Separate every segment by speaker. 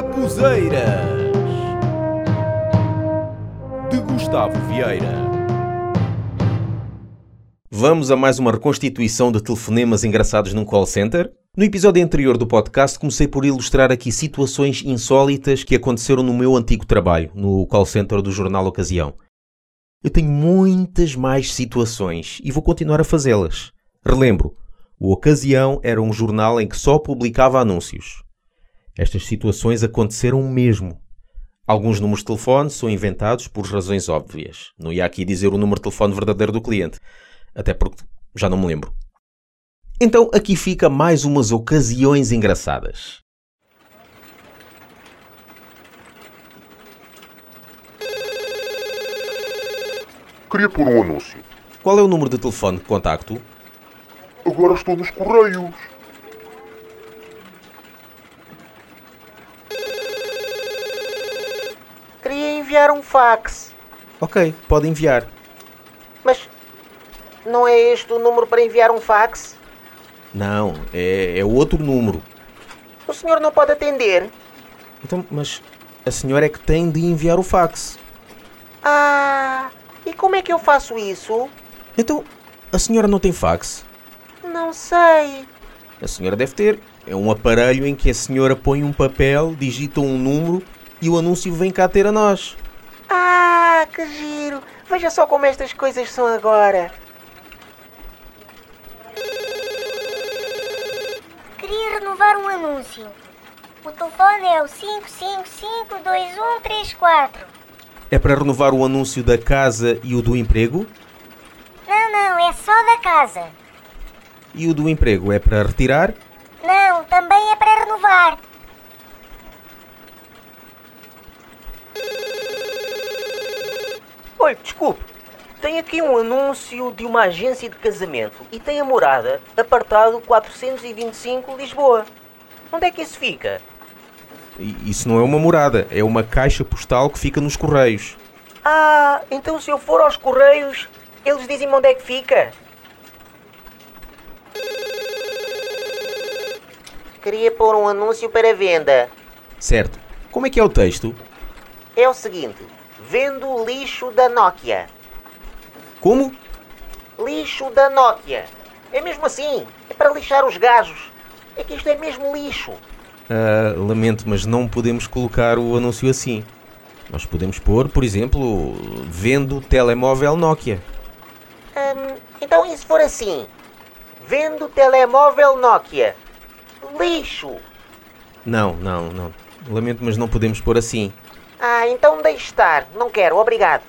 Speaker 1: Baboseiras de Gustavo Vieira.
Speaker 2: Vamos a mais uma reconstituição de telefonemas engraçados num call center? No episódio anterior do podcast, comecei por ilustrar aqui situações insólitas que aconteceram no meu antigo trabalho, no call center do jornal Ocasião. Eu tenho muitas mais situações e vou continuar a fazê-las. Relembro, o Ocasião era um jornal em que só publicava anúncios. Estas situações aconteceram mesmo. Alguns números de telefone são inventados por razões óbvias. Não ia aqui dizer o número de telefone verdadeiro do cliente, até porque já não me lembro. Então aqui fica mais umas ocasiões engraçadas.
Speaker 3: Queria pôr um anúncio.
Speaker 2: Qual é o número de telefone de contacto?
Speaker 3: Agora estou nos correios.
Speaker 4: Queria enviar um fax,
Speaker 2: Ok, pode enviar.
Speaker 4: mas não é este o número para enviar um fax?
Speaker 2: Não, é, é outro número.
Speaker 4: O senhor não pode atender.
Speaker 2: Então, mas a senhora é que tem de enviar o fax.
Speaker 4: Ah, e como é que eu faço isso?
Speaker 2: Então, a senhora não tem fax?
Speaker 4: Não sei.
Speaker 2: A senhora deve ter. É um aparelho em que a senhora põe um papel, digita um número e o anúncio vem cá ter a nós.
Speaker 4: Ah, que giro! Veja só como estas coisas são agora.
Speaker 5: Queria renovar um anúncio. O telefone é o 5552134.
Speaker 2: É para renovar o anúncio da casa e o do emprego?
Speaker 5: Não, não, é só da casa.
Speaker 2: E o do emprego é para retirar?
Speaker 5: Não, também é para renovar.
Speaker 4: Olha, desculpe. Tem aqui um anúncio de uma agência de casamento e tem a morada, apartado 425 Lisboa. Onde é que isso fica?
Speaker 2: I- Isso não é uma morada, é uma caixa postal que fica nos correios.
Speaker 4: Ah, então se eu for aos correios, eles dizem-me onde é que fica. Queria pôr um anúncio para venda.
Speaker 2: Certo. Como é que é o texto?
Speaker 4: É o seguinte: vendo lixo da Nokia.
Speaker 2: Como?
Speaker 4: Lixo da Nokia. É mesmo assim, é para lixar os gajos. É que isto é mesmo lixo.
Speaker 2: Ah, lamento, mas não podemos colocar o anúncio assim. Nós podemos pôr, por exemplo, vendo telemóvel Nokia.
Speaker 4: Hum, então, e se for assim? Vendo telemóvel Nokia. Lixo.
Speaker 2: Não, não, não. Lamento, mas não podemos pôr assim.
Speaker 4: Ah, então deixe estar. Não quero, obrigado.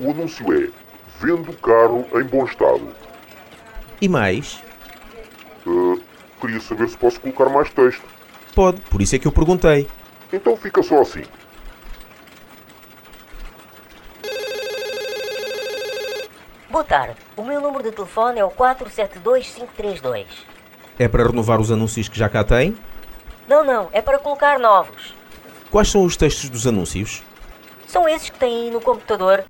Speaker 3: O anúncio é vendo carro em bom estado.
Speaker 2: E mais?
Speaker 3: Ah, queria saber se posso colocar mais texto.
Speaker 2: Pode, por isso é que eu perguntei.
Speaker 3: Então fica só assim.
Speaker 6: Boa tarde. O meu número de telefone é o 472532.
Speaker 2: É para renovar os anúncios que já cá tem?
Speaker 6: Não, não, é para colocar novos.
Speaker 2: Quais são os textos dos anúncios?
Speaker 6: São esses que tem aí no computador.